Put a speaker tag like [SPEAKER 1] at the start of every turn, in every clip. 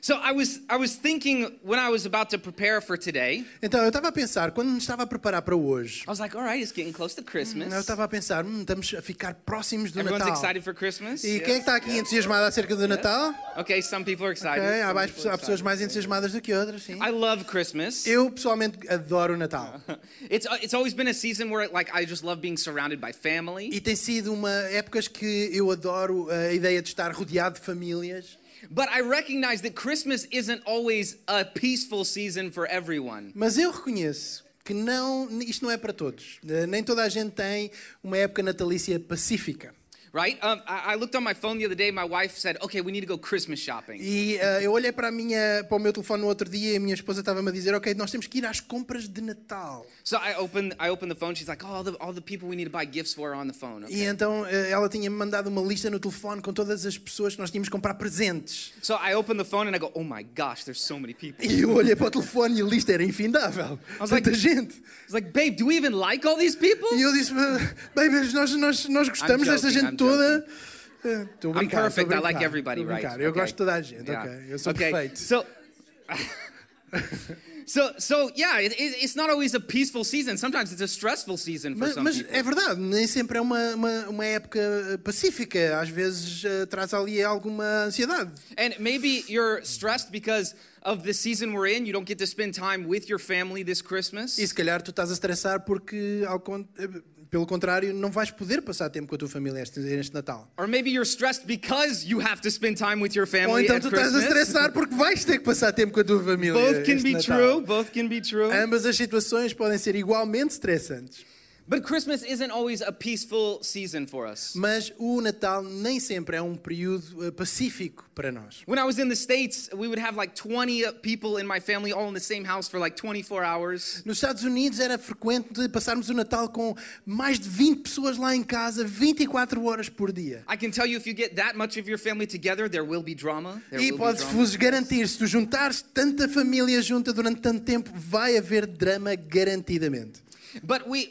[SPEAKER 1] So I was I was thinking when I was about to prepare for today,
[SPEAKER 2] Então, eu estava a pensar, quando me estava a preparar para hoje,
[SPEAKER 1] I was like, all right, it's getting close to Christmas.
[SPEAKER 2] eu estava a pensar, hum, estamos a ficar próximos do
[SPEAKER 1] Everyone's
[SPEAKER 2] Natal.
[SPEAKER 1] excited for Christmas.
[SPEAKER 2] E quem é que está aqui entusiasmado acerca do Natal?
[SPEAKER 1] Okay, some people are excited.
[SPEAKER 2] Ok, há,
[SPEAKER 1] some
[SPEAKER 2] mais,
[SPEAKER 1] people are
[SPEAKER 2] há pessoas
[SPEAKER 1] excited.
[SPEAKER 2] mais entusiasmadas do que outras, sim.
[SPEAKER 1] I love Christmas.
[SPEAKER 2] Eu pessoalmente adoro o Natal.
[SPEAKER 1] It's it's always been a season where like I just love being surrounded by family.
[SPEAKER 2] E tem sido uma épocas que eu adoro eh, a ideia de estar rodeado de famílias.
[SPEAKER 1] But I recognize that Christmas isn't always a peaceful season for everyone.
[SPEAKER 2] Mas eu reconheço que não, isto não é para todos. Eh, Nem toda a gente tem uma época natalícia pacífica.
[SPEAKER 1] Right? Um, I, I looked on my phone the other day. My wife said, "Okay, we need to go Christmas shopping."
[SPEAKER 2] E ah, eu olhei para, a minha, para o meu telefone no outro dia e a minha esposa estava-me a dizer: Ok, nós temos que ir às compras de Natal.
[SPEAKER 1] So I opened I opened the phone. She's like, "Oh, all the all the people we need to buy gifts for are on the phone."
[SPEAKER 2] E então ah, ela tinha-me mandado uma lista no telefone com todas as pessoas que nós tínhamos que comprar presentes.
[SPEAKER 1] So I open the phone and I go, oh my gosh, there's so many people.
[SPEAKER 2] E eu olhei para o telefone e a lista era infindável.
[SPEAKER 1] é
[SPEAKER 2] Tanta gente.
[SPEAKER 1] It's like, babe, do we even like all these people?
[SPEAKER 2] E eu disse: Bem, mas nós, nós, nós gostamos
[SPEAKER 1] I'm
[SPEAKER 2] desta
[SPEAKER 1] joking,
[SPEAKER 2] gente
[SPEAKER 1] I'm
[SPEAKER 2] toda. Ah, Estou a
[SPEAKER 1] I'm
[SPEAKER 2] brincar, estou a
[SPEAKER 1] perfect. I like
[SPEAKER 2] brincar,
[SPEAKER 1] everybody,
[SPEAKER 2] estou a
[SPEAKER 1] right?
[SPEAKER 2] brincar. Eu
[SPEAKER 1] Okay.
[SPEAKER 2] gosto de toda a gente,
[SPEAKER 1] Yeah.
[SPEAKER 2] ok? Eu sou
[SPEAKER 1] Okay,
[SPEAKER 2] perfeito.
[SPEAKER 1] So, so, so yeah, it, it, it's not always a peaceful season. Sometimes it's a stressful season for
[SPEAKER 2] Mas,
[SPEAKER 1] some
[SPEAKER 2] mas
[SPEAKER 1] people.
[SPEAKER 2] é verdade, nem sempre é uma, uma, uma época eh, pacífica. Às vezes eh, traz ali alguma ansiedade.
[SPEAKER 1] And maybe you're stressed because of the season we're in. You don't get to spend time with your family this Christmas.
[SPEAKER 2] E se calhar tu estás a estressar porque, ao con- eh, pelo contrário, não vais poder passar tempo com a tua família este, este Natal.
[SPEAKER 1] Or maybe you're stressed because you have to spend time with your
[SPEAKER 2] Ou
[SPEAKER 1] family
[SPEAKER 2] então
[SPEAKER 1] at
[SPEAKER 2] tu estás a
[SPEAKER 1] Christmas.
[SPEAKER 2] estressar porque vais ter que passar tempo com a tua família.
[SPEAKER 1] Both can
[SPEAKER 2] este
[SPEAKER 1] be
[SPEAKER 2] Natal.
[SPEAKER 1] true. Both can be true.
[SPEAKER 2] Ambas as situações podem ser igualmente estressantes.
[SPEAKER 1] But Christmas isn't always a peaceful season for us.
[SPEAKER 2] Mas o Natal nem sempre é um período eh, pacífico para nós.
[SPEAKER 1] When I was in the States, we would have like 20 people in my family all in the same house for like 24 hours.
[SPEAKER 2] Nos Estados Unidos era frequente passarmos o Natal com mais de 20 pessoas lá em casa 24 horas por dia.
[SPEAKER 1] I can tell you if you get that much of your family together, there will be drama. There
[SPEAKER 2] E
[SPEAKER 1] will be drama.
[SPEAKER 2] posso-vos garantir, se tu juntares tanta família junta durante tanto tempo, vai haver drama garantidamente.
[SPEAKER 1] But we,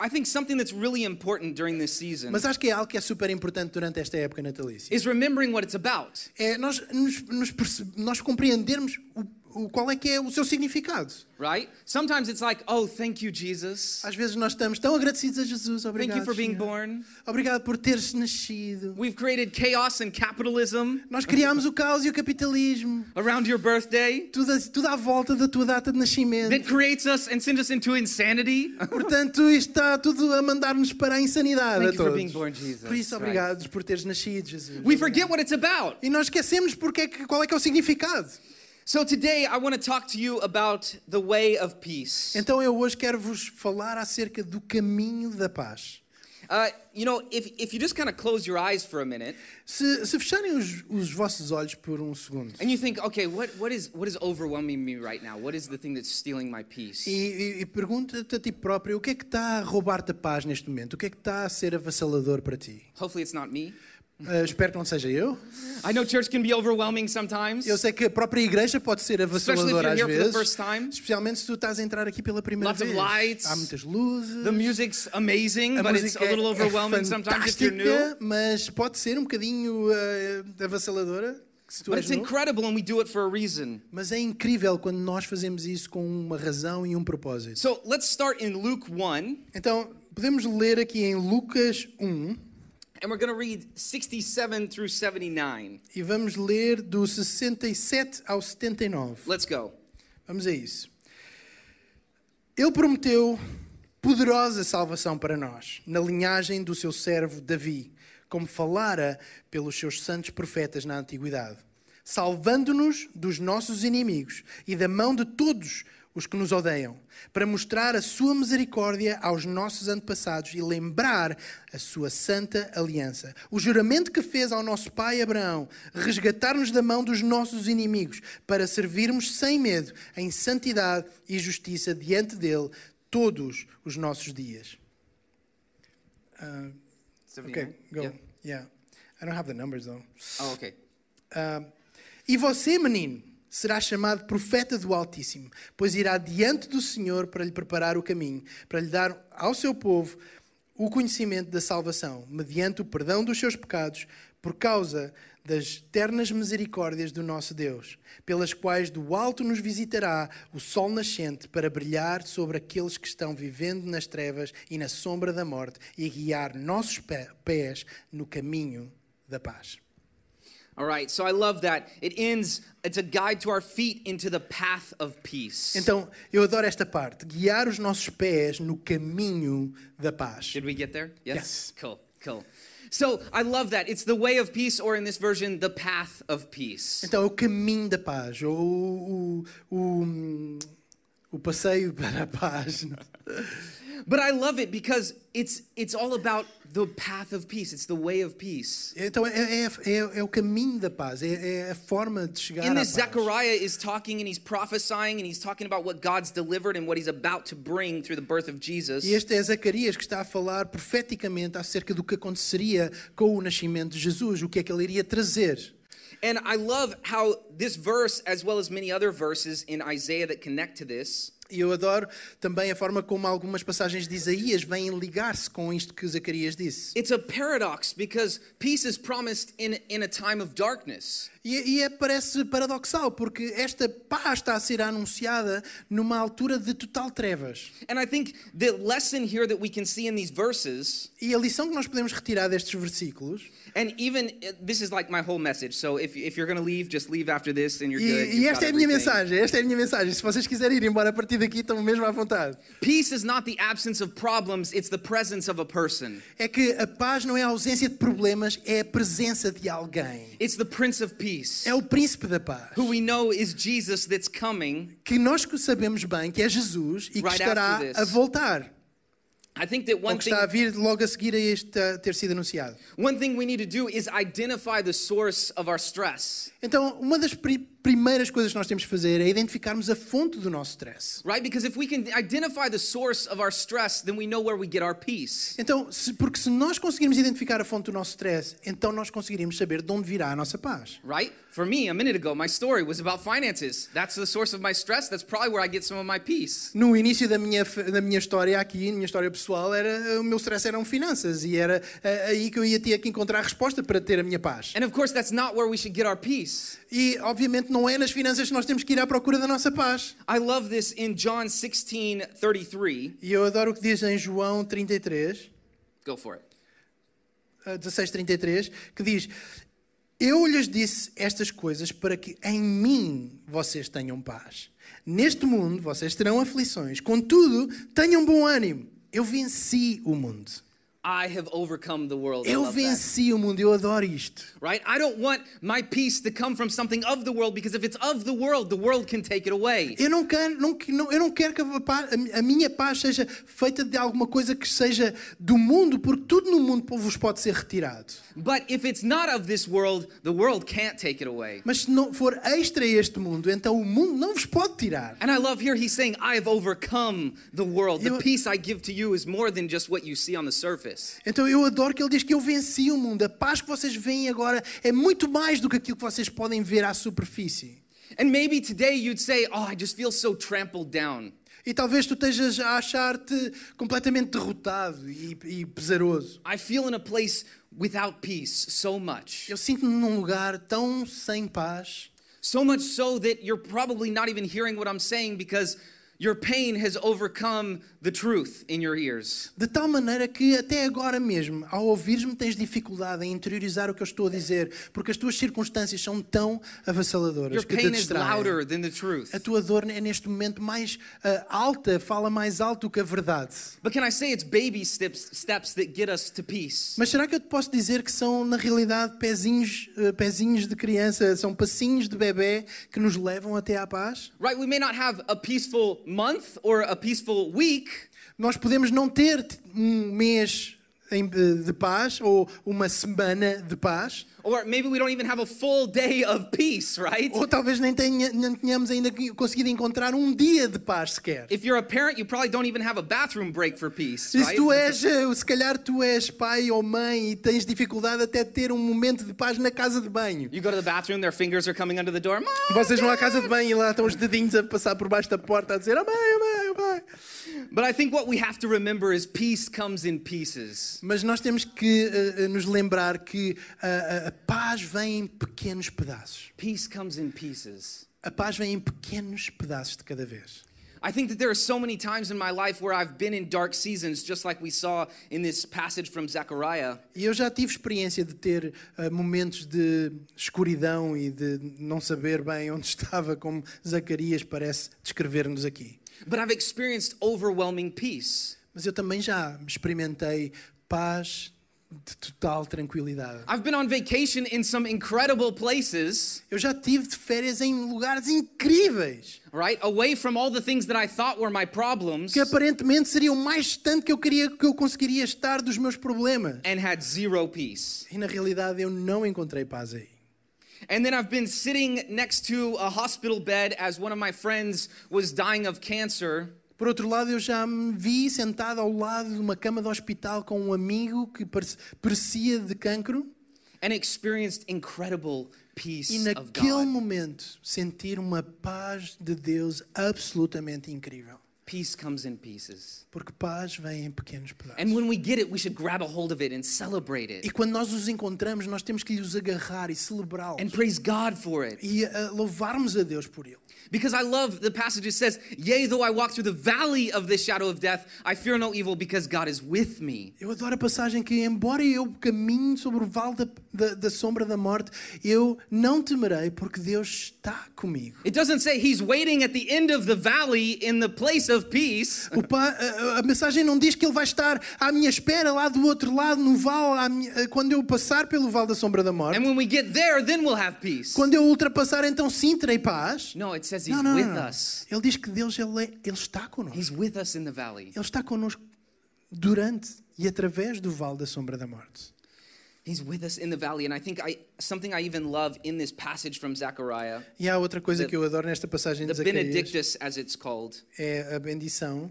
[SPEAKER 1] I think something that's really important during this season
[SPEAKER 2] Mas acho que é algo que é super importante durante esta época natalícia.
[SPEAKER 1] is remembering what it's about.
[SPEAKER 2] É nós, nos, nos perce- nós compreendermos o, o- qual é que é o seu significado.
[SPEAKER 1] Right? Sometimes it's like, oh, thank you, Jesus.
[SPEAKER 2] Às vezes nós estamos tão agradecidos a Jesus.
[SPEAKER 1] Thank
[SPEAKER 2] Obrigado,
[SPEAKER 1] you for being
[SPEAKER 2] Senhor.
[SPEAKER 1] born.
[SPEAKER 2] Obrigado por teres nascido.
[SPEAKER 1] We've created chaos and capitalism
[SPEAKER 2] Nós criámos o caos e o capitalismo.
[SPEAKER 1] around your birthday
[SPEAKER 2] Tudo, a- tudo à volta da tua data
[SPEAKER 1] that
[SPEAKER 2] de nascimento.
[SPEAKER 1] creates us and sends us into insanity.
[SPEAKER 2] Portanto, isto está tudo a mandar-nos para a insanidade
[SPEAKER 1] Thank
[SPEAKER 2] a
[SPEAKER 1] you for being
[SPEAKER 2] todos.
[SPEAKER 1] born, Jesus.
[SPEAKER 2] Por isso,
[SPEAKER 1] Right.
[SPEAKER 2] obrigado por teres nascido, Jesus.
[SPEAKER 1] We forget what it's about.
[SPEAKER 2] E nós esquecemos porque é que, qual é que é o significado.
[SPEAKER 1] So today I want to talk to you about the way of peace.
[SPEAKER 2] Então eu hoje quero-vos falar acerca do caminho da paz.
[SPEAKER 1] Uh, you know, if, if you just kind of close your eyes for a minute
[SPEAKER 2] Se, se fecharem os, os vossos olhos por um segundo
[SPEAKER 1] and you think, okay, what, what, is, what is overwhelming me right now? What is the thing that's stealing my peace?
[SPEAKER 2] e, e, e pergunta-te a ti próprio o que é que está a roubar-te a paz neste momento? O que é que está a ser avassalador para ti?
[SPEAKER 1] Hopefully it's not me.
[SPEAKER 2] Ah, espero que não seja eu.
[SPEAKER 1] I know church can be overwhelming sometimes.
[SPEAKER 2] Eu sei que a própria igreja pode ser avassaladora
[SPEAKER 1] Especially if you're
[SPEAKER 2] às
[SPEAKER 1] here for the first
[SPEAKER 2] vezes.
[SPEAKER 1] time.
[SPEAKER 2] Especialmente se tu estás a entrar aqui pela primeira
[SPEAKER 1] Lots of
[SPEAKER 2] vez.
[SPEAKER 1] lights.
[SPEAKER 2] Há muitas luzes.
[SPEAKER 1] The music's amazing,
[SPEAKER 2] A
[SPEAKER 1] but it's
[SPEAKER 2] música
[SPEAKER 1] a little
[SPEAKER 2] é-
[SPEAKER 1] overwhelming
[SPEAKER 2] é
[SPEAKER 1] sometimes if you're new.
[SPEAKER 2] fantástica, mas pode ser um bocadinho eh, avassaladora. Se tu
[SPEAKER 1] But
[SPEAKER 2] és
[SPEAKER 1] it's
[SPEAKER 2] novo.
[SPEAKER 1] incredible and we do it for a reason.
[SPEAKER 2] Mas é incrível quando nós fazemos isso com uma razão e um propósito.
[SPEAKER 1] So let's start in Luke 1,
[SPEAKER 2] Então, podemos ler aqui em Lucas 1
[SPEAKER 1] and we're going to read 67 through 79.
[SPEAKER 2] e vamos ler do 67 ao 79.
[SPEAKER 1] Let's go.
[SPEAKER 2] Vamos a isso. Ele prometeu poderosa salvação para nós, na linhagem do seu servo Davi, como falara pelos seus santos profetas na antiguidade, salvando-nos dos nossos inimigos e da mão de todos os que nos odeiam, para mostrar a sua misericórdia aos nossos antepassados e lembrar a sua santa aliança, o juramento que fez ao nosso pai Abraão, resgatar-nos da mão dos nossos inimigos, para servirmos sem medo, em santidade e justiça diante dele todos os nossos dias. Ah, Okay,
[SPEAKER 1] 79?
[SPEAKER 2] go.
[SPEAKER 1] Yeah.
[SPEAKER 2] yeah. I don't have the numbers though.
[SPEAKER 1] Oh, okay.
[SPEAKER 2] Ah, e você, menino, será chamado profeta do Altíssimo, pois irá diante do Senhor para lhe preparar o caminho, para lhe dar ao seu povo o conhecimento da salvação, mediante o perdão dos seus pecados, por causa das ternas misericórdias do nosso Deus, pelas quais do alto nos visitará o sol nascente para brilhar sobre aqueles que estão vivendo nas trevas e na sombra da morte e guiar nossos pé- pés no caminho da paz.
[SPEAKER 1] All right, so I love that. It ends, it's a guide to our feet into the path of peace.
[SPEAKER 2] Então, eu adoro esta parte. Guiar os nossos pés no caminho da paz.
[SPEAKER 1] Did we get there? Yes?
[SPEAKER 2] Yes.
[SPEAKER 1] Cool, cool. So I love that. It's the way of peace, or in this version, the path of peace.
[SPEAKER 2] Então, é o caminho da paz. Ou o, o, o, o passeio para a paz.
[SPEAKER 1] But I love it because it's it's all about the path of peace. It's the way of peace.
[SPEAKER 2] Então, é, é, é, é o caminho da paz. É, é a forma de chegar
[SPEAKER 1] In
[SPEAKER 2] à
[SPEAKER 1] this,
[SPEAKER 2] paz.
[SPEAKER 1] Zechariah is talking and he's prophesying and he's talking about what God's delivered and what he's about to bring through the birth of Jesus.
[SPEAKER 2] E este é Zacarias que está a falar profeticamente acerca do que aconteceria com o nascimento de Jesus, o que é que ele iria trazer.
[SPEAKER 1] And I love how this verse, as well as many other verses in Isaiah that connect to this,
[SPEAKER 2] E eu adoro também a forma como algumas passagens de Isaías vêm ligar-se com isto que Zacarias disse.
[SPEAKER 1] it's a paradox because peace is promised in, in a time of darkness.
[SPEAKER 2] E, e é- parece paradoxal, porque esta paz está a ser anunciada numa altura de total trevas.
[SPEAKER 1] And I think the lesson here that we can see in these verses,
[SPEAKER 2] E a lição que nós podemos retirar destes versículos,
[SPEAKER 1] and even uh, this is like my whole message. So if, if you're going to leave, just leave after this and you're
[SPEAKER 2] e,
[SPEAKER 1] good.
[SPEAKER 2] e
[SPEAKER 1] You've
[SPEAKER 2] esta é a
[SPEAKER 1] got
[SPEAKER 2] minha
[SPEAKER 1] everything.
[SPEAKER 2] mensagem, esta é a minha mensagem. Se vocês quiserem ir embora a partir daqui, estão mesmo à vontade.
[SPEAKER 1] Peace is not the absence of problems, it's the presence of a person.
[SPEAKER 2] É que a paz não é a ausência de problemas, é a presença de alguém.
[SPEAKER 1] It's the Prince of Peace,
[SPEAKER 2] É o príncipe da paz,
[SPEAKER 1] who we know is Jesus that's coming.
[SPEAKER 2] que nós que sabemos bem que é Jesus e que
[SPEAKER 1] Right
[SPEAKER 2] estará
[SPEAKER 1] after this.
[SPEAKER 2] a voltar.
[SPEAKER 1] I think that
[SPEAKER 2] Ou
[SPEAKER 1] one
[SPEAKER 2] que
[SPEAKER 1] thing,
[SPEAKER 2] está a vir logo a seguir a este a ter sido anunciado.
[SPEAKER 1] one thing we need to do is identify the source of our stress,
[SPEAKER 2] Então, uma das pri- primeiras coisas que nós temos de fazer é identificarmos a fonte do nosso stress.
[SPEAKER 1] right? Because if we can identify the source of our stress, then we know where we get our peace.
[SPEAKER 2] Então, se- porque se nós conseguirmos identificar a fonte do nosso stress, então nós conseguiremos saber de onde virá a nossa paz.
[SPEAKER 1] Right? For me, a minute ago, my story was about finances. That's the source of my stress. That's probably where I get some of my peace.
[SPEAKER 2] No início da minha, f- da minha história aqui, na minha história pessoal, era, o meu stress eram finanças e era eh, aí que eu ia ter que encontrar a resposta para ter a minha paz.
[SPEAKER 1] And of course, that's not where we should get our peace.
[SPEAKER 2] E, obviamente, não é nas finanças que nós temos que ir à procura da nossa paz.
[SPEAKER 1] I love this in John 16 33.
[SPEAKER 2] E eu adoro o que diz em João 33,
[SPEAKER 1] Go for it.
[SPEAKER 2] eh, 16, 33, que diz: Eu lhes disse estas coisas para que em mim vocês tenham paz. Neste mundo vocês terão aflições, contudo, tenham bom ânimo. Eu venci o mundo.
[SPEAKER 1] I have overcome the world. I
[SPEAKER 2] Eu
[SPEAKER 1] love that.
[SPEAKER 2] venci o mundo, eu adoro isto.
[SPEAKER 1] Right? I don't want my peace to come from something of the world because if it's of the world, the world can take it away.
[SPEAKER 2] Eu não quero, não que- não- eu não quero que a, pa- a minha paz seja feita de alguma coisa que seja do mundo, porque tudo no mundo vos pode ser retirado.
[SPEAKER 1] But if it's not of this world, the world can't take it away.
[SPEAKER 2] Mas se não for extra este mundo, então o mundo não vos pode tirar.
[SPEAKER 1] And I love here he's saying, I have overcome the world. The
[SPEAKER 2] You-
[SPEAKER 1] peace I give to you is more than just what you see on the surface.
[SPEAKER 2] Então eu adoro que ele diz que eu venci o mundo. A paz que vocês veem agora é muito mais do que aquilo que vocês podem ver à superfície.
[SPEAKER 1] And maybe today you'd say, Oh, I just feel so trampled down.
[SPEAKER 2] E talvez tu estejas a achar-te completamente derrotado e, e pesaroso.
[SPEAKER 1] I feel in a place without peace so much.
[SPEAKER 2] Eu sinto-me num lugar tão sem paz.
[SPEAKER 1] So much so that you're probably not even hearing what I'm saying because your pain has overcome the truth in your ears.
[SPEAKER 2] De tal maneira que até agora mesmo, ao ouvires-me, tens dificuldade em interiorizar o que eu estou a dizer, porque as tuas circunstâncias são tão
[SPEAKER 1] Your
[SPEAKER 2] avassaladoras que te
[SPEAKER 1] pain is
[SPEAKER 2] distraem.
[SPEAKER 1] louder than the
[SPEAKER 2] A
[SPEAKER 1] truth.
[SPEAKER 2] tua dor é neste momento mais ah, alta, fala mais alto que a verdade.
[SPEAKER 1] But can I say it's baby steps, steps that get us to peace?
[SPEAKER 2] Mas será que eu te posso dizer que são, na realidade, pezinhos, eh, pezinhos de criança, são passinhos de bebê que nos levam até à paz?
[SPEAKER 1] Right? We may not have a peaceful month or a peaceful week,
[SPEAKER 2] Nós podemos não ter t- um mês em- de paz ou uma semana de paz,
[SPEAKER 1] Or maybe we don't even have a full day of peace, right?
[SPEAKER 2] ou talvez nem, tenha, nem tenhamos ainda conseguido encontrar um dia de paz sequer.
[SPEAKER 1] If you're a parent, you probably don't even have a bathroom break for peace,
[SPEAKER 2] E se tu
[SPEAKER 1] right?
[SPEAKER 2] és, eh, se calhar tu és pai ou mãe e tens dificuldade até de ter um momento de paz na casa de banho.
[SPEAKER 1] You go to the bathroom, their fingers are coming under the door. Mom!
[SPEAKER 2] Vocês vão à casa de banho e lá estão os dedinhos a passar por baixo da porta a dizer oh mãe, oh mãe, oh mãe.
[SPEAKER 1] But I think what we have to remember is peace comes in pieces.
[SPEAKER 2] Mas nós temos que eh, eh, nos lembrar que a, a- a paz vem em pequenos pedaços.
[SPEAKER 1] Peace comes in pieces.
[SPEAKER 2] A paz vem em pequenos pedaços de cada vez.
[SPEAKER 1] I think that there are so many times in my life where I've been in dark seasons, just like we saw in this passage from Zechariah.
[SPEAKER 2] E eu já tive experiência de ter eh, momentos de escuridão e de não saber bem onde estava, como Zacarias parece descrever-nos aqui.
[SPEAKER 1] But I've experienced overwhelming peace.
[SPEAKER 2] Mas eu também já experimentei paz de total tranquilidade.
[SPEAKER 1] I've been on vacation in some incredible places,
[SPEAKER 2] Eu já tive de férias em lugares incríveis,
[SPEAKER 1] right? Away from all the things that I thought were my problems
[SPEAKER 2] que aparentemente seriam mais distante que eu queria que eu conseguiria estar dos meus problemas.
[SPEAKER 1] and had zero peace.
[SPEAKER 2] E na realidade eu não encontrei paz aí.
[SPEAKER 1] And then I've been sitting next to a hospital bed as one of my friends was dying of cancer.
[SPEAKER 2] Por outro lado, eu já me vi sentado ao lado de uma cama de hospital com um amigo que parece- parecia de cancro
[SPEAKER 1] and experienced incredible peace
[SPEAKER 2] e
[SPEAKER 1] of
[SPEAKER 2] naquele
[SPEAKER 1] God.
[SPEAKER 2] momento sentir uma paz de Deus absolutamente incrível.
[SPEAKER 1] peace comes in pieces.
[SPEAKER 2] Porque paz vem em pequenos pedaços.
[SPEAKER 1] And when we get it, we should grab a hold of it and celebrate
[SPEAKER 2] E
[SPEAKER 1] it
[SPEAKER 2] quando nós os encontramos, nós temos que os agarrar e celebrá-los.
[SPEAKER 1] and praise God for it.
[SPEAKER 2] E ah, louvarmos a Deus por ele.
[SPEAKER 1] Because I love the passage that says, Yea, though I walk through the valley of the shadow of death, I fear no evil because God is with me.
[SPEAKER 2] Eu adoro a passagem que, embora eu caminhe sobre o vale da, da- da sombra da morte, eu não temerei, porque Deus está comigo.
[SPEAKER 1] It doesn't say he's waiting at the end of the valley in the place of peace.
[SPEAKER 2] O pa- a, a- a mensagem não diz que ele vai estar à minha espera lá do outro lado, no vale, à minha- eh, quando eu passar pelo vale da sombra da morte.
[SPEAKER 1] And when we get there, then we'll have peace.
[SPEAKER 2] Quando eu ultrapassar, então sim terei paz.
[SPEAKER 1] No, it says he's
[SPEAKER 2] Não, não,
[SPEAKER 1] with
[SPEAKER 2] não. não.
[SPEAKER 1] us.
[SPEAKER 2] Ele diz que Deus ele, é- ele está connosco.
[SPEAKER 1] He's with us in the valley.
[SPEAKER 2] Ele está connosco durante e através do vale da sombra da morte.
[SPEAKER 1] He's with us in the valley. And I think I, something I even love in this passage from Zechariah
[SPEAKER 2] E há outra coisa
[SPEAKER 1] The-
[SPEAKER 2] que eu adoro nesta passagem de
[SPEAKER 1] the
[SPEAKER 2] Zacarias,
[SPEAKER 1] Benedictus, as it's called,
[SPEAKER 2] é a bendição.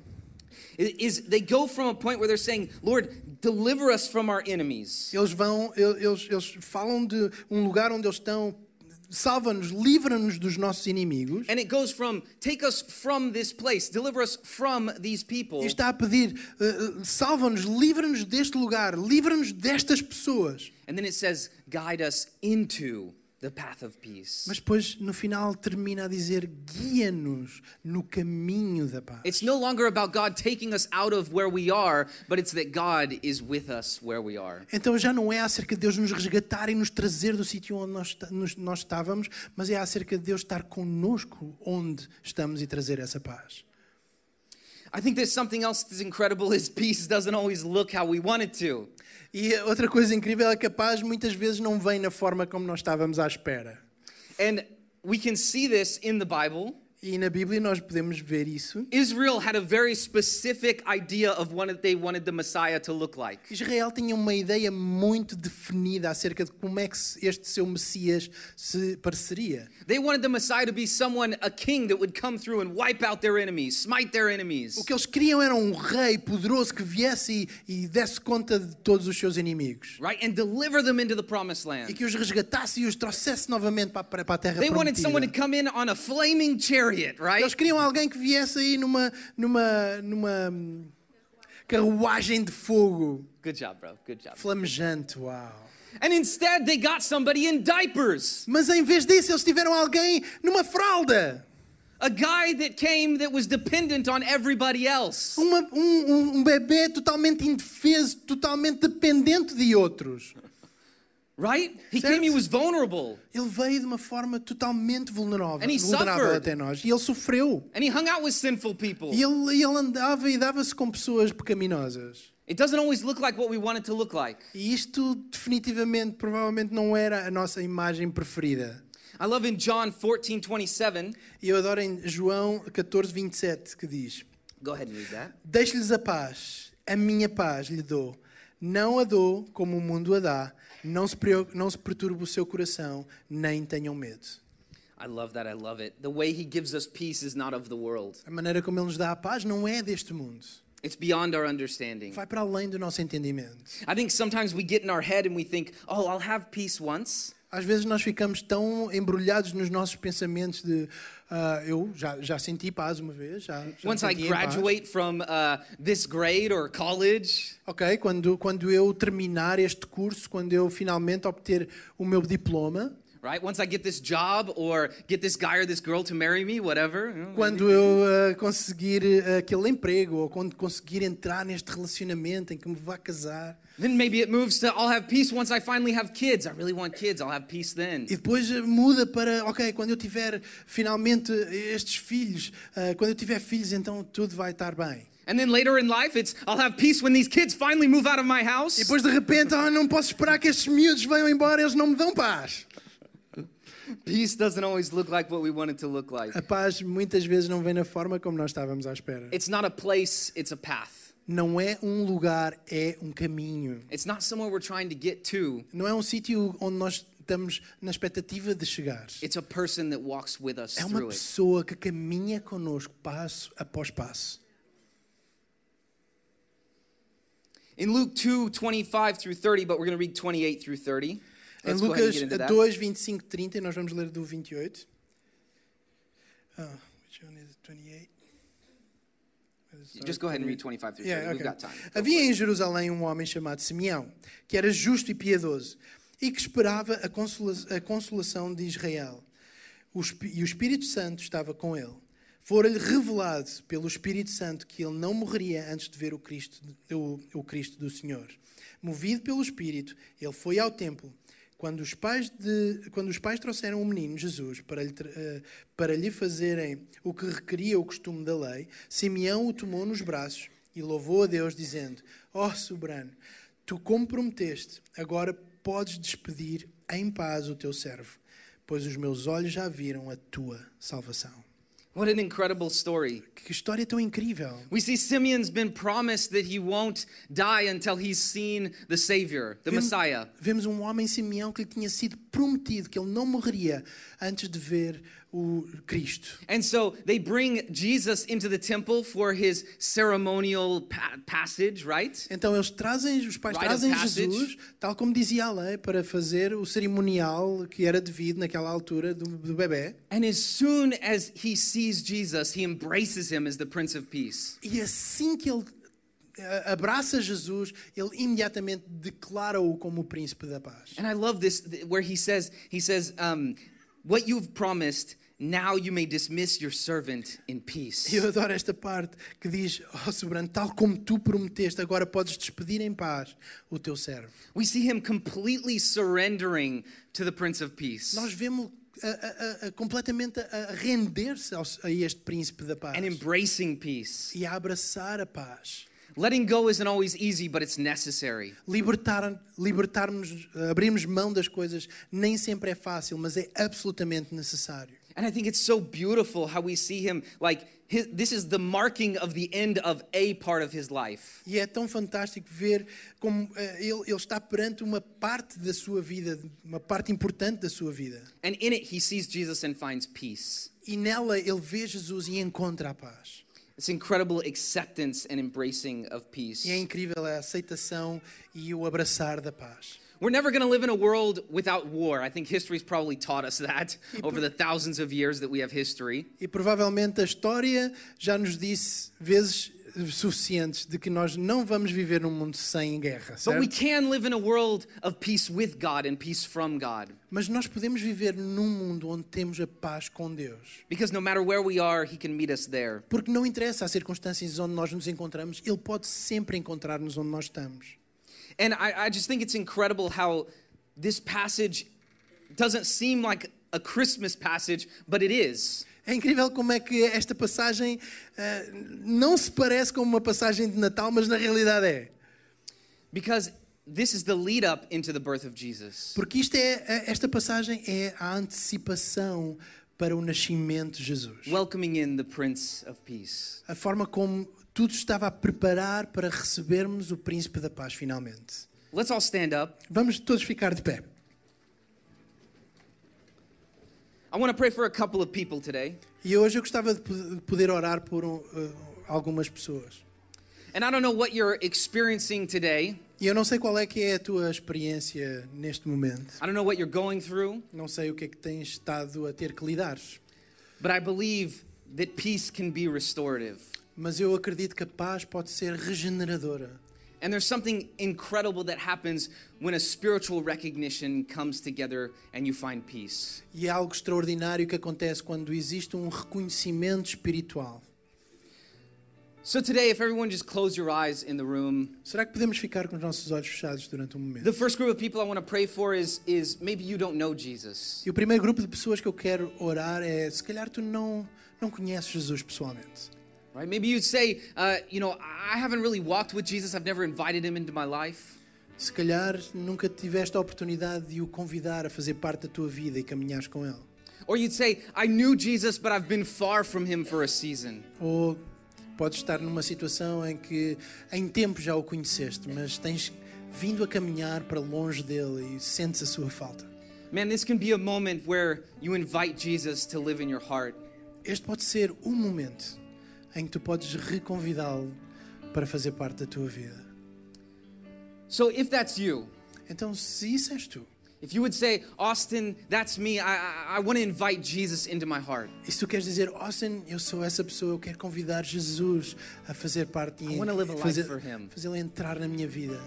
[SPEAKER 1] i- is they go from a point where they're saying, Lord, deliver us from our enemies.
[SPEAKER 2] Eles vão, eu- eles, eles falam de um lugar onde eles estão, salva-nos, livra-nos dos nossos inimigos.
[SPEAKER 1] And it goes from, take us from this place, deliver us from these people.
[SPEAKER 2] E está a pedir, eh, eh, salva-nos, livra-nos deste lugar, livra-nos destas pessoas.
[SPEAKER 1] And then it says, guide us into the path of peace.
[SPEAKER 2] Mas depois, no final, termina a dizer, guia-nos no caminho da paz.
[SPEAKER 1] It's no longer about God taking us out of where we are, but it's that God is with us where we are.
[SPEAKER 2] Então já não é acerca de Deus nos resgatar e nos trazer do sítio onde nós, esta- nos- nós estávamos, mas é acerca de Deus estar connosco onde estamos e trazer essa paz.
[SPEAKER 1] I think there's something else that's incredible is peace doesn't always look how we want it to.
[SPEAKER 2] E outra coisa incrível é que a paz muitas vezes não vem na forma como nós estávamos à espera.
[SPEAKER 1] And we can see this in the Bible.
[SPEAKER 2] E na Bíblia nós podemos ver isso.
[SPEAKER 1] Israel had a very specific idea of what they wanted the Messiah to look like.
[SPEAKER 2] Israel tinha uma ideia muito definida acerca de como é que se- este seu Messias se pareceria.
[SPEAKER 1] They wanted the Messiah to be someone, a king that would come through and wipe out their enemies, smite their
[SPEAKER 2] O
[SPEAKER 1] enemies.
[SPEAKER 2] que eles queriam era um rei poderoso que viesse e, e desse conta de todos os seus inimigos.
[SPEAKER 1] Right? And deliver them into the promised
[SPEAKER 2] e
[SPEAKER 1] land.
[SPEAKER 2] que os resgatasse e os trouxesse novamente para, para, para a terra
[SPEAKER 1] They wanted someone to
[SPEAKER 2] prometida.
[SPEAKER 1] come in on a flaming chariot, right?
[SPEAKER 2] Eles queriam alguém que viesse aí numa, numa, numa hum, carruagem de fogo
[SPEAKER 1] Good job, bro. Good job.
[SPEAKER 2] flamejante, uau.
[SPEAKER 1] And instead, they got somebody in diapers.
[SPEAKER 2] Mas em vez disso, eles tiveram alguém numa fralda.
[SPEAKER 1] A guy that came that was dependent on everybody else.
[SPEAKER 2] Uma, um, um, um bebê totalmente indefeso, totalmente dependente de outros.
[SPEAKER 1] Right? He
[SPEAKER 2] Certo.
[SPEAKER 1] came, he was vulnerable.
[SPEAKER 2] Ele veio de uma forma totalmente vulnerável,
[SPEAKER 1] And he
[SPEAKER 2] vulnerável
[SPEAKER 1] suffered.
[SPEAKER 2] até nós. E ele sofreu.
[SPEAKER 1] And he hung out with sinful people.
[SPEAKER 2] E ele, ele andava e dava-se com pessoas pecaminosas.
[SPEAKER 1] It doesn't always look like what we want it to look like.
[SPEAKER 2] E isto definitivamente, provavelmente, não era a nossa imagem preferida.
[SPEAKER 1] I love in John 14 27.
[SPEAKER 2] E eu adoro em João 14, 27, que diz:
[SPEAKER 1] Go ahead and read that.
[SPEAKER 2] Deixe-lhes a paz, a minha paz lhe dou. Não a dou como o mundo a dá. Não se, preo- não se perturbe o seu coração, nem tenham medo.
[SPEAKER 1] I love that. I love it. The way he gives us peace is not of the world,
[SPEAKER 2] A maneira como Ele nos dá a paz não é deste mundo.
[SPEAKER 1] it's beyond our understanding.
[SPEAKER 2] Vai para além do nosso entendimento.
[SPEAKER 1] I think sometimes we get in our head and we think, oh, I'll have peace once.
[SPEAKER 2] Às vezes nós ficamos tão embrulhados nos nossos pensamentos de ah, eu já, já senti paz uma vez, já, já
[SPEAKER 1] Once I
[SPEAKER 2] senti em paz.
[SPEAKER 1] graduate from uh, this grade or college,
[SPEAKER 2] Ok, quando, quando eu terminar este curso, quando eu finalmente obter o meu diploma,
[SPEAKER 1] right? Once I get this job or get this guy or this girl to marry me, whatever. you know,
[SPEAKER 2] quando eu ah, conseguir ah, aquele emprego ou quando conseguir entrar neste relacionamento em que me vá casar.
[SPEAKER 1] Then maybe it moves to I'll have peace once I finally have kids. I really want kids. I'll have peace then.
[SPEAKER 2] E depois ah, muda para, ok, quando eu tiver finalmente eh, estes filhos, ah, quando eu tiver filhos, então tudo vai estar bem.
[SPEAKER 1] And then later in life, it's I'll have peace when these kids finally move out of my house.
[SPEAKER 2] E depois de repente, ah, não posso esperar que estes miúdos venham embora, eles não me dão paz.
[SPEAKER 1] Peace doesn't always look like what we want it to look like.
[SPEAKER 2] A paz muitas vezes não vem na forma como nós estávamos à espera.
[SPEAKER 1] It's not a place, it's a path.
[SPEAKER 2] Não é um lugar, é um caminho.
[SPEAKER 1] It's not somewhere we're trying to get to.
[SPEAKER 2] Não é um sítio onde nós estamos na expectativa de chegar.
[SPEAKER 1] It's a person that walks with us
[SPEAKER 2] É uma
[SPEAKER 1] through it.
[SPEAKER 2] pessoa que caminha connosco passo após passo.
[SPEAKER 1] In Luke 2, 25 through 30, but we're going to read 28 through 30.
[SPEAKER 2] Em
[SPEAKER 1] Let's go ahead and
[SPEAKER 2] Lucas
[SPEAKER 1] get into that.
[SPEAKER 2] 2, 25, 30, e nós vamos ler do 28. Ah, which one is it? 28?
[SPEAKER 1] Just go ahead and read 25 through 30.
[SPEAKER 2] Yeah,
[SPEAKER 1] We've
[SPEAKER 2] okay.
[SPEAKER 1] got time.
[SPEAKER 2] Havia em Jerusalém um homem chamado Simeão, que era justo e piedoso e que esperava a, consola- a consolação de Israel. O Espi- e o Espírito Santo estava com ele. Fora-lhe revelado pelo Espírito Santo que ele não morreria antes de ver o Cristo, o- o Cristo do Senhor. Movido pelo Espírito, ele foi ao templo. Quando os pais, de- quando os pais trouxeram o menino Jesus para lhe, tra- eh, para lhe fazerem o que requeria o costume da lei, Simeão o tomou nos braços e louvou a Deus, dizendo: Ó soberano, tu como prometeste, agora podes despedir em paz o teu servo, pois os meus olhos já viram a tua salvação.
[SPEAKER 1] What an incredible story.
[SPEAKER 2] Que história tão incrível!
[SPEAKER 1] We see Simeon's been promised that he won't die until he's seen the Savior, the
[SPEAKER 2] Vemos-
[SPEAKER 1] Messiah.
[SPEAKER 2] Vemos um homem Simeão que lhe tinha sido prometido que ele não morreria antes de ver o Cristo.
[SPEAKER 1] And so they bring Jesus into the temple for his ceremonial pa- passage, right?
[SPEAKER 2] Então eles trazem, os pais
[SPEAKER 1] Rite of
[SPEAKER 2] trazem
[SPEAKER 1] passage.
[SPEAKER 2] Jesus, tal como dizia a lei, para fazer o cerimonial que era devido naquela altura do, do bebê.
[SPEAKER 1] And as soon as he sees Jesus, he embraces him as the Prince of Peace.
[SPEAKER 2] E assim que ele eh, abraça Jesus, ele imediatamente declara-o como o príncipe da paz.
[SPEAKER 1] And I love this th- where he says, he says, um, what you've promised, now you may dismiss your servant in peace.
[SPEAKER 2] Eu adoro esta parte que diz, ó soberano, tal como tu prometeste, agora podes despedir em paz o teu servo.
[SPEAKER 1] We see him completely surrendering to the Prince of Peace
[SPEAKER 2] Nós vemos a, a- a- a- completamente a, a render-se ao- a este príncipe da paz
[SPEAKER 1] and embracing peace.
[SPEAKER 2] e a abraçar a paz.
[SPEAKER 1] Letting go isn't always easy, but it's necessary.
[SPEAKER 2] Libertar, libertarmos, abrirmos mão das coisas nem sempre é fácil, mas é absolutamente necessário.
[SPEAKER 1] And I think it's so beautiful how we see him like his, this is the marking of the end of a part of his life.
[SPEAKER 2] E é tão fantástico ver como eh, ele, ele está perante uma parte da sua vida, uma parte importante da sua vida.
[SPEAKER 1] And in it he sees Jesus and finds peace.
[SPEAKER 2] E nela ele vê Jesus e encontra a paz.
[SPEAKER 1] This incredible acceptance and embracing of peace.
[SPEAKER 2] E é incrível a aceitação e o abraçar da paz.
[SPEAKER 1] We're never going to live in a world without war. I think history's probably taught us that over the thousands of years that we have history.
[SPEAKER 2] E provavelmente a história já nos disse vezes suficientes de que nós não vamos viver num mundo sem guerra,
[SPEAKER 1] But we
[SPEAKER 2] certo?
[SPEAKER 1] can live in a world of peace with God and peace from God.
[SPEAKER 2] Mas nós podemos viver num mundo onde temos a paz com Deus.
[SPEAKER 1] Because no matter where we are, he can meet us there.
[SPEAKER 2] Porque não interessa as circunstâncias onde nós nos encontramos, Ele pode sempre encontrar-nos onde nós estamos.
[SPEAKER 1] And I, I just think it's incredible how this passage doesn't seem like a Christmas passage, but it is.
[SPEAKER 2] É incrível como é que esta passagem eh, não se parece com uma passagem de Natal, mas na realidade é.
[SPEAKER 1] Because this is the lead up into the birth of Jesus.
[SPEAKER 2] Porque isto é, eh, esta passagem é a antecipação para o nascimento de Jesus.
[SPEAKER 1] welcoming in the Prince of Peace.
[SPEAKER 2] A forma como tudo estava a preparar para recebermos o príncipe da paz finalmente.
[SPEAKER 1] Let's all stand up.
[SPEAKER 2] Vamos todos ficar de pé.
[SPEAKER 1] I want to pray for a couple of people today.
[SPEAKER 2] E hoje eu gostava de po- de poder orar por um, eh, algumas pessoas.
[SPEAKER 1] And I don't know what you're experiencing today.
[SPEAKER 2] E eu não sei qual é que é a tua experiência neste momento.
[SPEAKER 1] I don't know what you're going through,
[SPEAKER 2] Não sei o que é que tens estado a ter que lidar.
[SPEAKER 1] but I believe that peace can be restorative.
[SPEAKER 2] Mas eu acredito que a paz pode ser regeneradora.
[SPEAKER 1] And there's something incredible that happens when a spiritual recognition comes together and you find peace.
[SPEAKER 2] E é algo extraordinário que acontece quando existe um reconhecimento espiritual.
[SPEAKER 1] So today, if everyone just close your eyes in the room,
[SPEAKER 2] Será que podemos ficar com os nossos olhos fechados durante um momento?
[SPEAKER 1] the first group of people I want to pray for is is maybe you don't know Jesus.
[SPEAKER 2] E o primeiro grupo de pessoas que eu quero orar é: se calhar tu não, não conheces Jesus pessoalmente.
[SPEAKER 1] Right? Maybe you'd say, uh, you know, I haven't really walked with Jesus. I've never invited him into my life.
[SPEAKER 2] Se calhar nunca tiveste a oportunidade de o convidar a fazer parte da tua vida e caminhares com ele.
[SPEAKER 1] Or you'd say, I knew Jesus, but I've been far from him for a season.
[SPEAKER 2] Ou podes estar numa situação em que em tempo já o conheceste, mas tens vindo a caminhar para longe dele e sentes a sua falta.
[SPEAKER 1] Man, this can be a moment where you invite Jesus to live in your heart.
[SPEAKER 2] Este pode ser um momento em que tu podes reconvidá-lo para fazer parte da tua vida.
[SPEAKER 1] So if that's you,
[SPEAKER 2] Então, se isso és tu,
[SPEAKER 1] if you would say, Austin, that's me, I, I, I want to invite Jesus into my heart.
[SPEAKER 2] e se tu queres dizer, Austin, eu sou essa pessoa, eu quero convidar Jesus a fazer parte
[SPEAKER 1] I wanna live a
[SPEAKER 2] e
[SPEAKER 1] life
[SPEAKER 2] fazer,
[SPEAKER 1] for him.
[SPEAKER 2] fazê-lo entrar na minha vida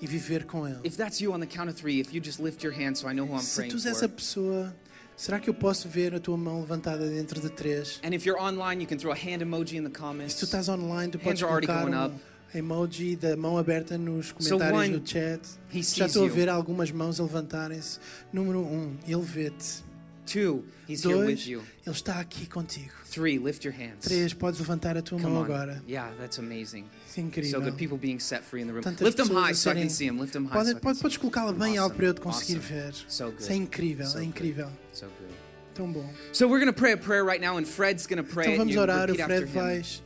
[SPEAKER 2] e viver com ele.
[SPEAKER 1] If that's you on the count of three, if you just lift your hand so I know who I'm
[SPEAKER 2] Se
[SPEAKER 1] praying
[SPEAKER 2] tu és essa
[SPEAKER 1] for.
[SPEAKER 2] pessoa, será que eu posso ver a tua mão levantada dentro de três?
[SPEAKER 1] And if you're online, you can throw a hand emoji in the
[SPEAKER 2] Se tu
[SPEAKER 1] comments.
[SPEAKER 2] estás online, tu podes
[SPEAKER 1] are already
[SPEAKER 2] colocar
[SPEAKER 1] going
[SPEAKER 2] um
[SPEAKER 1] up.
[SPEAKER 2] emoji da mão aberta nos comentários
[SPEAKER 1] one,
[SPEAKER 2] do chat.
[SPEAKER 1] he
[SPEAKER 2] Já
[SPEAKER 1] sees
[SPEAKER 2] estou a
[SPEAKER 1] you.
[SPEAKER 2] ver algumas mãos a levantarem-se. Número um, ele vê-te.
[SPEAKER 1] Two, he's here
[SPEAKER 2] Dois,
[SPEAKER 1] with you.
[SPEAKER 2] ele está aqui contigo.
[SPEAKER 1] Three, lift your hands.
[SPEAKER 2] Três, podes levantar a tua
[SPEAKER 1] Come
[SPEAKER 2] mão
[SPEAKER 1] on.
[SPEAKER 2] agora.
[SPEAKER 1] Yeah, that's amazing.
[SPEAKER 2] Isso é incrível.
[SPEAKER 1] So good. People being set free in the room.
[SPEAKER 2] Tantas
[SPEAKER 1] Lift them
[SPEAKER 2] pessoas
[SPEAKER 1] high
[SPEAKER 2] a
[SPEAKER 1] so I
[SPEAKER 2] serem-
[SPEAKER 1] can see them. Lift them high.
[SPEAKER 2] Pode-
[SPEAKER 1] so I can
[SPEAKER 2] pode-
[SPEAKER 1] see
[SPEAKER 2] podes
[SPEAKER 1] them.
[SPEAKER 2] colocá-la bem alto
[SPEAKER 1] Awesome,
[SPEAKER 2] para eu te conseguir
[SPEAKER 1] awesome.
[SPEAKER 2] ver.
[SPEAKER 1] So good.
[SPEAKER 2] Isso é incrível,
[SPEAKER 1] so
[SPEAKER 2] é
[SPEAKER 1] good,
[SPEAKER 2] incrível.
[SPEAKER 1] So good.
[SPEAKER 2] Tão bom.
[SPEAKER 1] So we're gonna pray a prayer right now, and Fred's gonna pray
[SPEAKER 2] Então
[SPEAKER 1] it. and
[SPEAKER 2] vamos
[SPEAKER 1] you can
[SPEAKER 2] orar, o
[SPEAKER 1] repeat after
[SPEAKER 2] Fred
[SPEAKER 1] him.
[SPEAKER 2] vais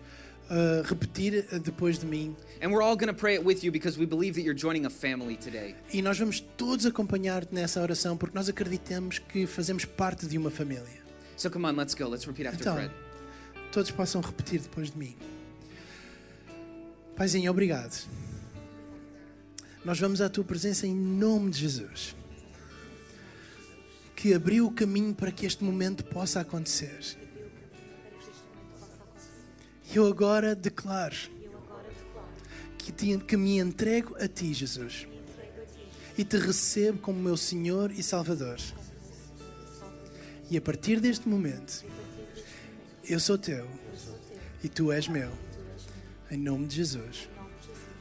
[SPEAKER 2] uh, repetir uh, depois de mim.
[SPEAKER 1] And we're all gonna pray it with you because we believe that you're joining a family today.
[SPEAKER 2] E nós vamos todos acompanhar-te nessa oração porque nós acreditamos que fazemos parte de uma família.
[SPEAKER 1] So come on, let's go. Let's repeat after
[SPEAKER 2] Então,
[SPEAKER 1] Fred.
[SPEAKER 2] todos possam repetir depois de mim. Paizinho, obrigado. Nós vamos à tua presença em nome de Jesus, que abriu o caminho para que este momento possa acontecer. Eu agora declaro que, te- que me entrego a ti, Jesus, e te recebo como meu Senhor e Salvador. E a partir deste momento, eu sou teu e tu és meu. Em nome de Jesus.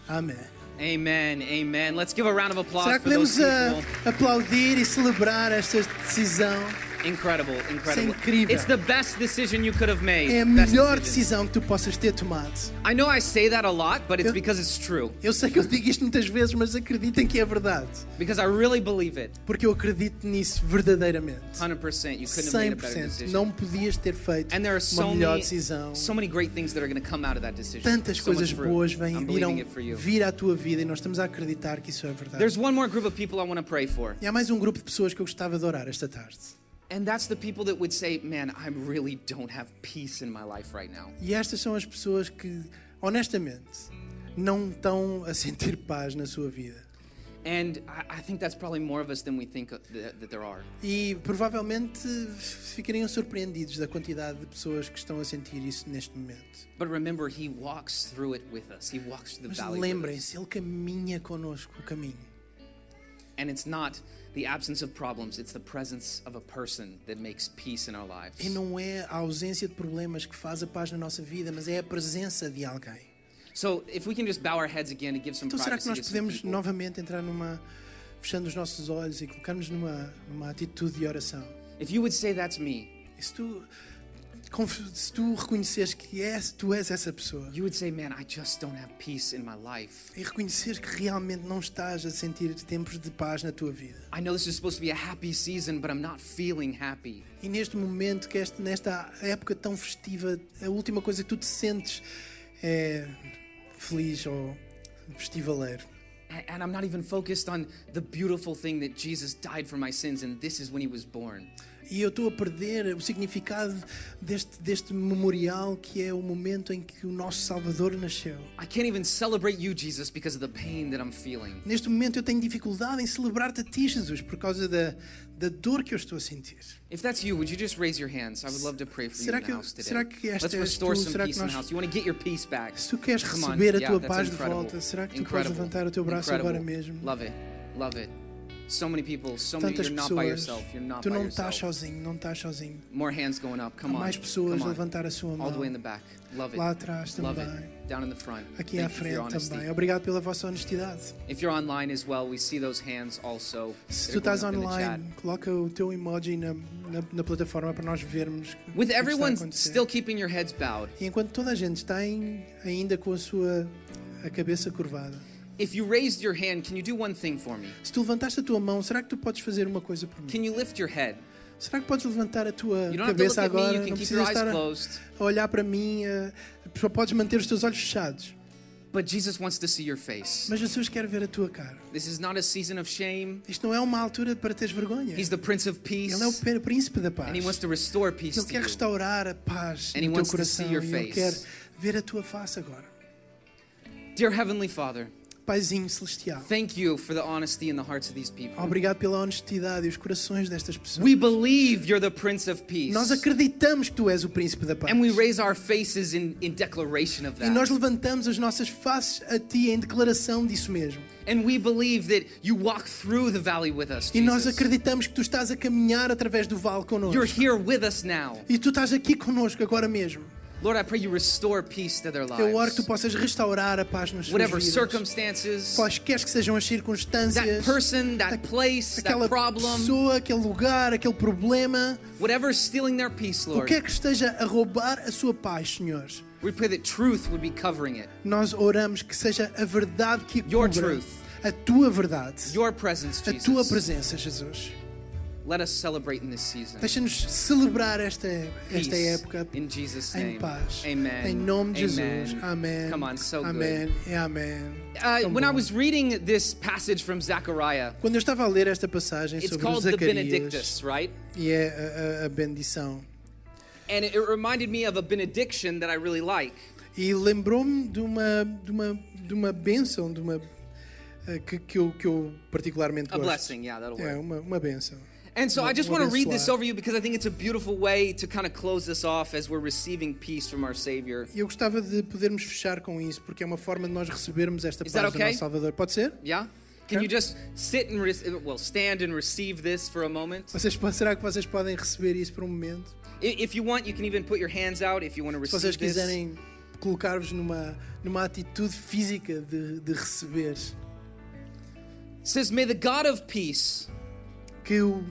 [SPEAKER 2] Amém.
[SPEAKER 1] Amen. Amen. Let's give a round of applause
[SPEAKER 2] Será que
[SPEAKER 1] for those
[SPEAKER 2] podemos
[SPEAKER 1] people.
[SPEAKER 2] ah, aplaudir e celebrar esta decisão?
[SPEAKER 1] Incredible, incredible.
[SPEAKER 2] incrível.
[SPEAKER 1] It's the best decision you could have made.
[SPEAKER 2] É a
[SPEAKER 1] Best decision.
[SPEAKER 2] melhor decisão que tu possas ter tomado.
[SPEAKER 1] I know I say that a lot, but it's
[SPEAKER 2] Eu-
[SPEAKER 1] because it's true.
[SPEAKER 2] Eu sei que eu digo isto muitas vezes, mas acreditem que é verdade.
[SPEAKER 1] Because I really believe it.
[SPEAKER 2] Porque eu acredito nisso verdadeiramente.
[SPEAKER 1] 100%. You couldn't have made a better
[SPEAKER 2] 100%.
[SPEAKER 1] decision.
[SPEAKER 2] Não podias ter feito
[SPEAKER 1] And there are
[SPEAKER 2] uma
[SPEAKER 1] so
[SPEAKER 2] melhor
[SPEAKER 1] many,
[SPEAKER 2] decisão.
[SPEAKER 1] so many great things that are going to come out of that decision.
[SPEAKER 2] Tantas
[SPEAKER 1] so
[SPEAKER 2] coisas
[SPEAKER 1] much fruit.
[SPEAKER 2] boas vêm, e
[SPEAKER 1] I'm believing
[SPEAKER 2] irão
[SPEAKER 1] it for you.
[SPEAKER 2] vir à tua vida e nós estamos a acreditar que isso é verdade.
[SPEAKER 1] There's one more group of people I want to pray for,
[SPEAKER 2] E há mais um grupo de pessoas que eu gostava de orar esta tarde.
[SPEAKER 1] and that's the people that would say, "Man, I really don't have peace in my life right now."
[SPEAKER 2] E estas são as pessoas que, honestamente, não estão a sentir paz na sua vida.
[SPEAKER 1] And I, I think that's probably more of us than we think of- that, that there are.
[SPEAKER 2] E provavelmente ficariam surpreendidos da quantidade de pessoas que estão a sentir isso neste momento.
[SPEAKER 1] But remember, He walks through it with us. He walks through the
[SPEAKER 2] Mas
[SPEAKER 1] valley, with us.
[SPEAKER 2] lembrem-se, Ele caminha connosco o caminho.
[SPEAKER 1] and it's not the absence of problems; it's the presence of a person that makes peace in our lives.
[SPEAKER 2] E não é a ausência de problemas que faz a paz na nossa vida, mas é a presença de alguém.
[SPEAKER 1] So, if we can just bow our heads again to give some
[SPEAKER 2] Então será que
[SPEAKER 1] privacy
[SPEAKER 2] nós
[SPEAKER 1] to some
[SPEAKER 2] podemos
[SPEAKER 1] people.
[SPEAKER 2] novamente entrar numa. fechando os nossos olhos e colocarmos numa, numa atitude de oração?
[SPEAKER 1] If you would say that's me,
[SPEAKER 2] E se tu conf- se tu reconheceres que és, tu és essa pessoa
[SPEAKER 1] you would say, Man, I just don't have peace in my life.
[SPEAKER 2] e reconheceres que realmente não estás a sentir tempos de paz na tua vida.
[SPEAKER 1] I know this is supposed to be a happy season, but I'm not feeling happy.
[SPEAKER 2] E neste momento, que este, nesta época tão festiva, a última coisa que tu te sentes é feliz ou festivaleiro.
[SPEAKER 1] A- And I'm not even focused on the beautiful thing that Jesus died for my sins, and this is when he was born.
[SPEAKER 2] E eu estou a perder o significado deste, deste memorial que é o momento em que o nosso Salvador nasceu.
[SPEAKER 1] I can't even celebrate you, Jesus, because of the pain that I'm feeling.
[SPEAKER 2] Neste momento eu tenho dificuldade em celebrar-te a ti, Jesus, por causa da, da dor que eu estou a sentir.
[SPEAKER 1] If that's you, would you just raise your hands? I would love to pray for you
[SPEAKER 2] Será
[SPEAKER 1] in
[SPEAKER 2] que-
[SPEAKER 1] the house today.
[SPEAKER 2] será que esta
[SPEAKER 1] Let's
[SPEAKER 2] és
[SPEAKER 1] restore
[SPEAKER 2] tu?
[SPEAKER 1] some
[SPEAKER 2] Será que
[SPEAKER 1] peace in the
[SPEAKER 2] nós-
[SPEAKER 1] house. You want to get your peace back.
[SPEAKER 2] Se tu queres
[SPEAKER 1] Come on.
[SPEAKER 2] receber a
[SPEAKER 1] Yeah,
[SPEAKER 2] tua
[SPEAKER 1] that's
[SPEAKER 2] paz de
[SPEAKER 1] incredible.
[SPEAKER 2] volta, será que tu podes
[SPEAKER 1] Incredible.
[SPEAKER 2] levantar o teu braço
[SPEAKER 1] Incredible.
[SPEAKER 2] agora mesmo?
[SPEAKER 1] Love it. Love it. So many people, so many,
[SPEAKER 2] Tantas
[SPEAKER 1] you're not by
[SPEAKER 2] pessoas,
[SPEAKER 1] yourself. You're not
[SPEAKER 2] tu
[SPEAKER 1] by
[SPEAKER 2] não estás
[SPEAKER 1] yourself.
[SPEAKER 2] sozinho, não estás sozinho.
[SPEAKER 1] More hands going up. Come
[SPEAKER 2] Há
[SPEAKER 1] on.
[SPEAKER 2] mais pessoas
[SPEAKER 1] Come
[SPEAKER 2] a
[SPEAKER 1] on.
[SPEAKER 2] levantar a sua
[SPEAKER 1] All the way in the
[SPEAKER 2] mão,
[SPEAKER 1] back. Love it.
[SPEAKER 2] Lá atrás
[SPEAKER 1] Love
[SPEAKER 2] também.
[SPEAKER 1] it. Down in the front.
[SPEAKER 2] aqui
[SPEAKER 1] Thank
[SPEAKER 2] à
[SPEAKER 1] you for your
[SPEAKER 2] frente
[SPEAKER 1] honesty.
[SPEAKER 2] também. Obrigado pela vossa honestidade.
[SPEAKER 1] If you're online as well, we see those hands also.
[SPEAKER 2] Se tu
[SPEAKER 1] They're going
[SPEAKER 2] estás
[SPEAKER 1] up in the chat.
[SPEAKER 2] online, coloca o teu emoji na, na, na plataforma para nós
[SPEAKER 1] With
[SPEAKER 2] vermos o que é que está a
[SPEAKER 1] everyone
[SPEAKER 2] acontecer.
[SPEAKER 1] still keeping your heads bowed,
[SPEAKER 2] E enquanto toda a gente está em- ainda com a sua a cabeça curvada,
[SPEAKER 1] if you raised your hand, can you do one thing for me?
[SPEAKER 2] se tu levantaste a tua mão, será que tu podes fazer uma coisa por mim?
[SPEAKER 1] Can you lift your head?
[SPEAKER 2] Será que podes levantar a tua
[SPEAKER 1] You don't have to look
[SPEAKER 2] cabeça
[SPEAKER 1] at me.
[SPEAKER 2] agora?
[SPEAKER 1] You
[SPEAKER 2] Não
[SPEAKER 1] can keep your eyes
[SPEAKER 2] precisas estar a,
[SPEAKER 1] closed.
[SPEAKER 2] a olhar para mim, eh, só podes manter os teus olhos fechados.
[SPEAKER 1] But Jesus wants to see your face.
[SPEAKER 2] Mas Jesus quer ver a tua cara.
[SPEAKER 1] This is not a season of shame.
[SPEAKER 2] Isto não é uma altura para teres vergonha.
[SPEAKER 1] He's the Prince of
[SPEAKER 2] Ele é o
[SPEAKER 1] Peace,
[SPEAKER 2] pr- príncipe da paz.
[SPEAKER 1] and He wants to restore peace
[SPEAKER 2] Ele
[SPEAKER 1] to
[SPEAKER 2] quer
[SPEAKER 1] you.
[SPEAKER 2] restaurar a paz
[SPEAKER 1] And he
[SPEAKER 2] no teu
[SPEAKER 1] wants to see
[SPEAKER 2] coração.
[SPEAKER 1] your
[SPEAKER 2] e Ele
[SPEAKER 1] face.
[SPEAKER 2] quer ver a tua face agora.
[SPEAKER 1] Dear Heavenly Father,
[SPEAKER 2] Paizinho celestial,
[SPEAKER 1] thank you for the honesty in the hearts of these people.
[SPEAKER 2] obrigado pela honestidade e os corações destas pessoas.
[SPEAKER 1] We believe you're the Prince of
[SPEAKER 2] Nós
[SPEAKER 1] Peace,
[SPEAKER 2] acreditamos que tu és o príncipe da paz.
[SPEAKER 1] and we raise our faces in, in declaration of
[SPEAKER 2] E nós
[SPEAKER 1] that.
[SPEAKER 2] levantamos as nossas faces a ti em declaração disso mesmo.
[SPEAKER 1] And we believe that you walk through the valley with us.
[SPEAKER 2] E nós
[SPEAKER 1] Jesus.
[SPEAKER 2] acreditamos que tu estás a caminhar através do vale
[SPEAKER 1] You're
[SPEAKER 2] connosco.
[SPEAKER 1] here with us now.
[SPEAKER 2] E tu estás aqui connosco agora mesmo.
[SPEAKER 1] Lord, I pray you restore peace to their
[SPEAKER 2] Eu oro
[SPEAKER 1] lives.
[SPEAKER 2] que tu possas restaurar a paz nas suas
[SPEAKER 1] Whatever
[SPEAKER 2] vidas.
[SPEAKER 1] circumstances,
[SPEAKER 2] Quaisquer que sejam as
[SPEAKER 1] that
[SPEAKER 2] circunstâncias,
[SPEAKER 1] person, that place,
[SPEAKER 2] aquela
[SPEAKER 1] that problem,
[SPEAKER 2] pessoa, aquele lugar, aquele problema,
[SPEAKER 1] whatever's stealing their peace,
[SPEAKER 2] o
[SPEAKER 1] Lord,
[SPEAKER 2] que é que esteja a roubar a sua paz, Senhor.
[SPEAKER 1] we pray that truth would be covering it.
[SPEAKER 2] Nós oramos que seja a verdade que
[SPEAKER 1] Your
[SPEAKER 2] cubra
[SPEAKER 1] truth.
[SPEAKER 2] a tua verdade.
[SPEAKER 1] Your presence,
[SPEAKER 2] a tua
[SPEAKER 1] Jesus.
[SPEAKER 2] presença, Jesus.
[SPEAKER 1] Let us celebrate in this season.
[SPEAKER 2] Deixa-nos celebrar esta, esta
[SPEAKER 1] Peace
[SPEAKER 2] época
[SPEAKER 1] in Jesus'
[SPEAKER 2] em
[SPEAKER 1] name.
[SPEAKER 2] paz.
[SPEAKER 1] Amen.
[SPEAKER 2] Em nome de
[SPEAKER 1] Amen.
[SPEAKER 2] Jesus. Amém.
[SPEAKER 1] Come on, so
[SPEAKER 2] amém. É amém.
[SPEAKER 1] good. Uh,
[SPEAKER 2] Tão
[SPEAKER 1] when I
[SPEAKER 2] bom.
[SPEAKER 1] was reading this passage from Zechariah,
[SPEAKER 2] Quando eu estava a ler esta passagem
[SPEAKER 1] it's
[SPEAKER 2] sobre
[SPEAKER 1] called the
[SPEAKER 2] Zacarias
[SPEAKER 1] Benedictus, right?
[SPEAKER 2] e é a, a- a bendição,
[SPEAKER 1] And it, it reminded me of a benediction that I really like.
[SPEAKER 2] e lembrou-me de uma, de uma, de uma bênção, de uma eh, que, que, eu, que eu particularmente
[SPEAKER 1] A
[SPEAKER 2] gosto.
[SPEAKER 1] blessing, yeah, that'll
[SPEAKER 2] É
[SPEAKER 1] work.
[SPEAKER 2] uma, uma bênção.
[SPEAKER 1] And so I just
[SPEAKER 2] We'll
[SPEAKER 1] want to
[SPEAKER 2] just
[SPEAKER 1] read this
[SPEAKER 2] like-
[SPEAKER 1] over you because I think it's a beautiful way to kind of close this off as we're receiving peace from our Savior.
[SPEAKER 2] E eu gostava de podermos fechar com isso, porque é uma forma de nós recebermos esta
[SPEAKER 1] Is
[SPEAKER 2] paz
[SPEAKER 1] that
[SPEAKER 2] do
[SPEAKER 1] okay?
[SPEAKER 2] nosso Salvador. Pode ser?
[SPEAKER 1] Yeah? Can
[SPEAKER 2] Okay.
[SPEAKER 1] you just sit and, re- well, stand and receive this for a moment? I-
[SPEAKER 2] Vocês, será que vocês podem receber isso por um momento?
[SPEAKER 1] If you want, you can even put your hands out if you want to
[SPEAKER 2] Se vocês
[SPEAKER 1] receive this.
[SPEAKER 2] quiserem colocar-vos numa, numa atitude física de, de receber,
[SPEAKER 1] It says, May the God of peace,
[SPEAKER 2] que o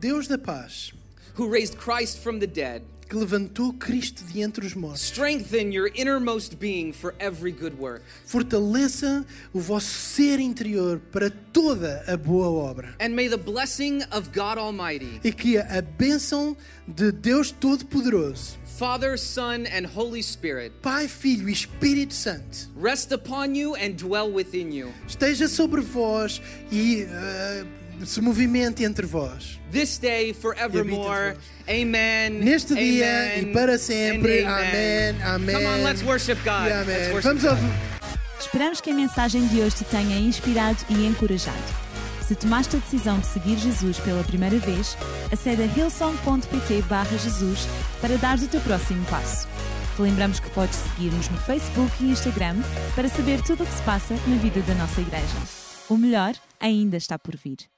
[SPEAKER 2] Deus da paz,
[SPEAKER 1] who raised Christ from the dead,
[SPEAKER 2] que levantou Cristo de entre os mortos,
[SPEAKER 1] strengthen your innermost being for every good work.
[SPEAKER 2] fortaleça o vosso ser interior para toda a boa obra.
[SPEAKER 1] And may the blessing of God Almighty,
[SPEAKER 2] E que a bênção de Deus Todo-Poderoso,
[SPEAKER 1] Father, Son, and Holy Spirit
[SPEAKER 2] Pai, Filho e Espírito Santo,
[SPEAKER 1] rest upon you and dwell within you.
[SPEAKER 2] esteja sobre vós e ah, se movimente entre vós.
[SPEAKER 1] this day forevermore.
[SPEAKER 2] vós.
[SPEAKER 1] Amen.
[SPEAKER 2] Neste dia
[SPEAKER 1] amen,
[SPEAKER 2] e para
[SPEAKER 1] and
[SPEAKER 2] sempre. Amém, amém.
[SPEAKER 1] Come on, let's worship God.
[SPEAKER 2] E
[SPEAKER 1] Let's
[SPEAKER 2] amém.
[SPEAKER 1] worship
[SPEAKER 2] Vamos ouvir.
[SPEAKER 3] Esperamos que a mensagem de hoje te tenha inspirado e encorajado. Se tomaste a decisão de seguir Jesus pela primeira vez, acede a hillsong.pt barra Jesus para dar o teu próximo passo. Te lembramos que podes seguir-nos no Facebook e Instagram para saber tudo o que se passa na vida da nossa igreja. O melhor ainda está por vir.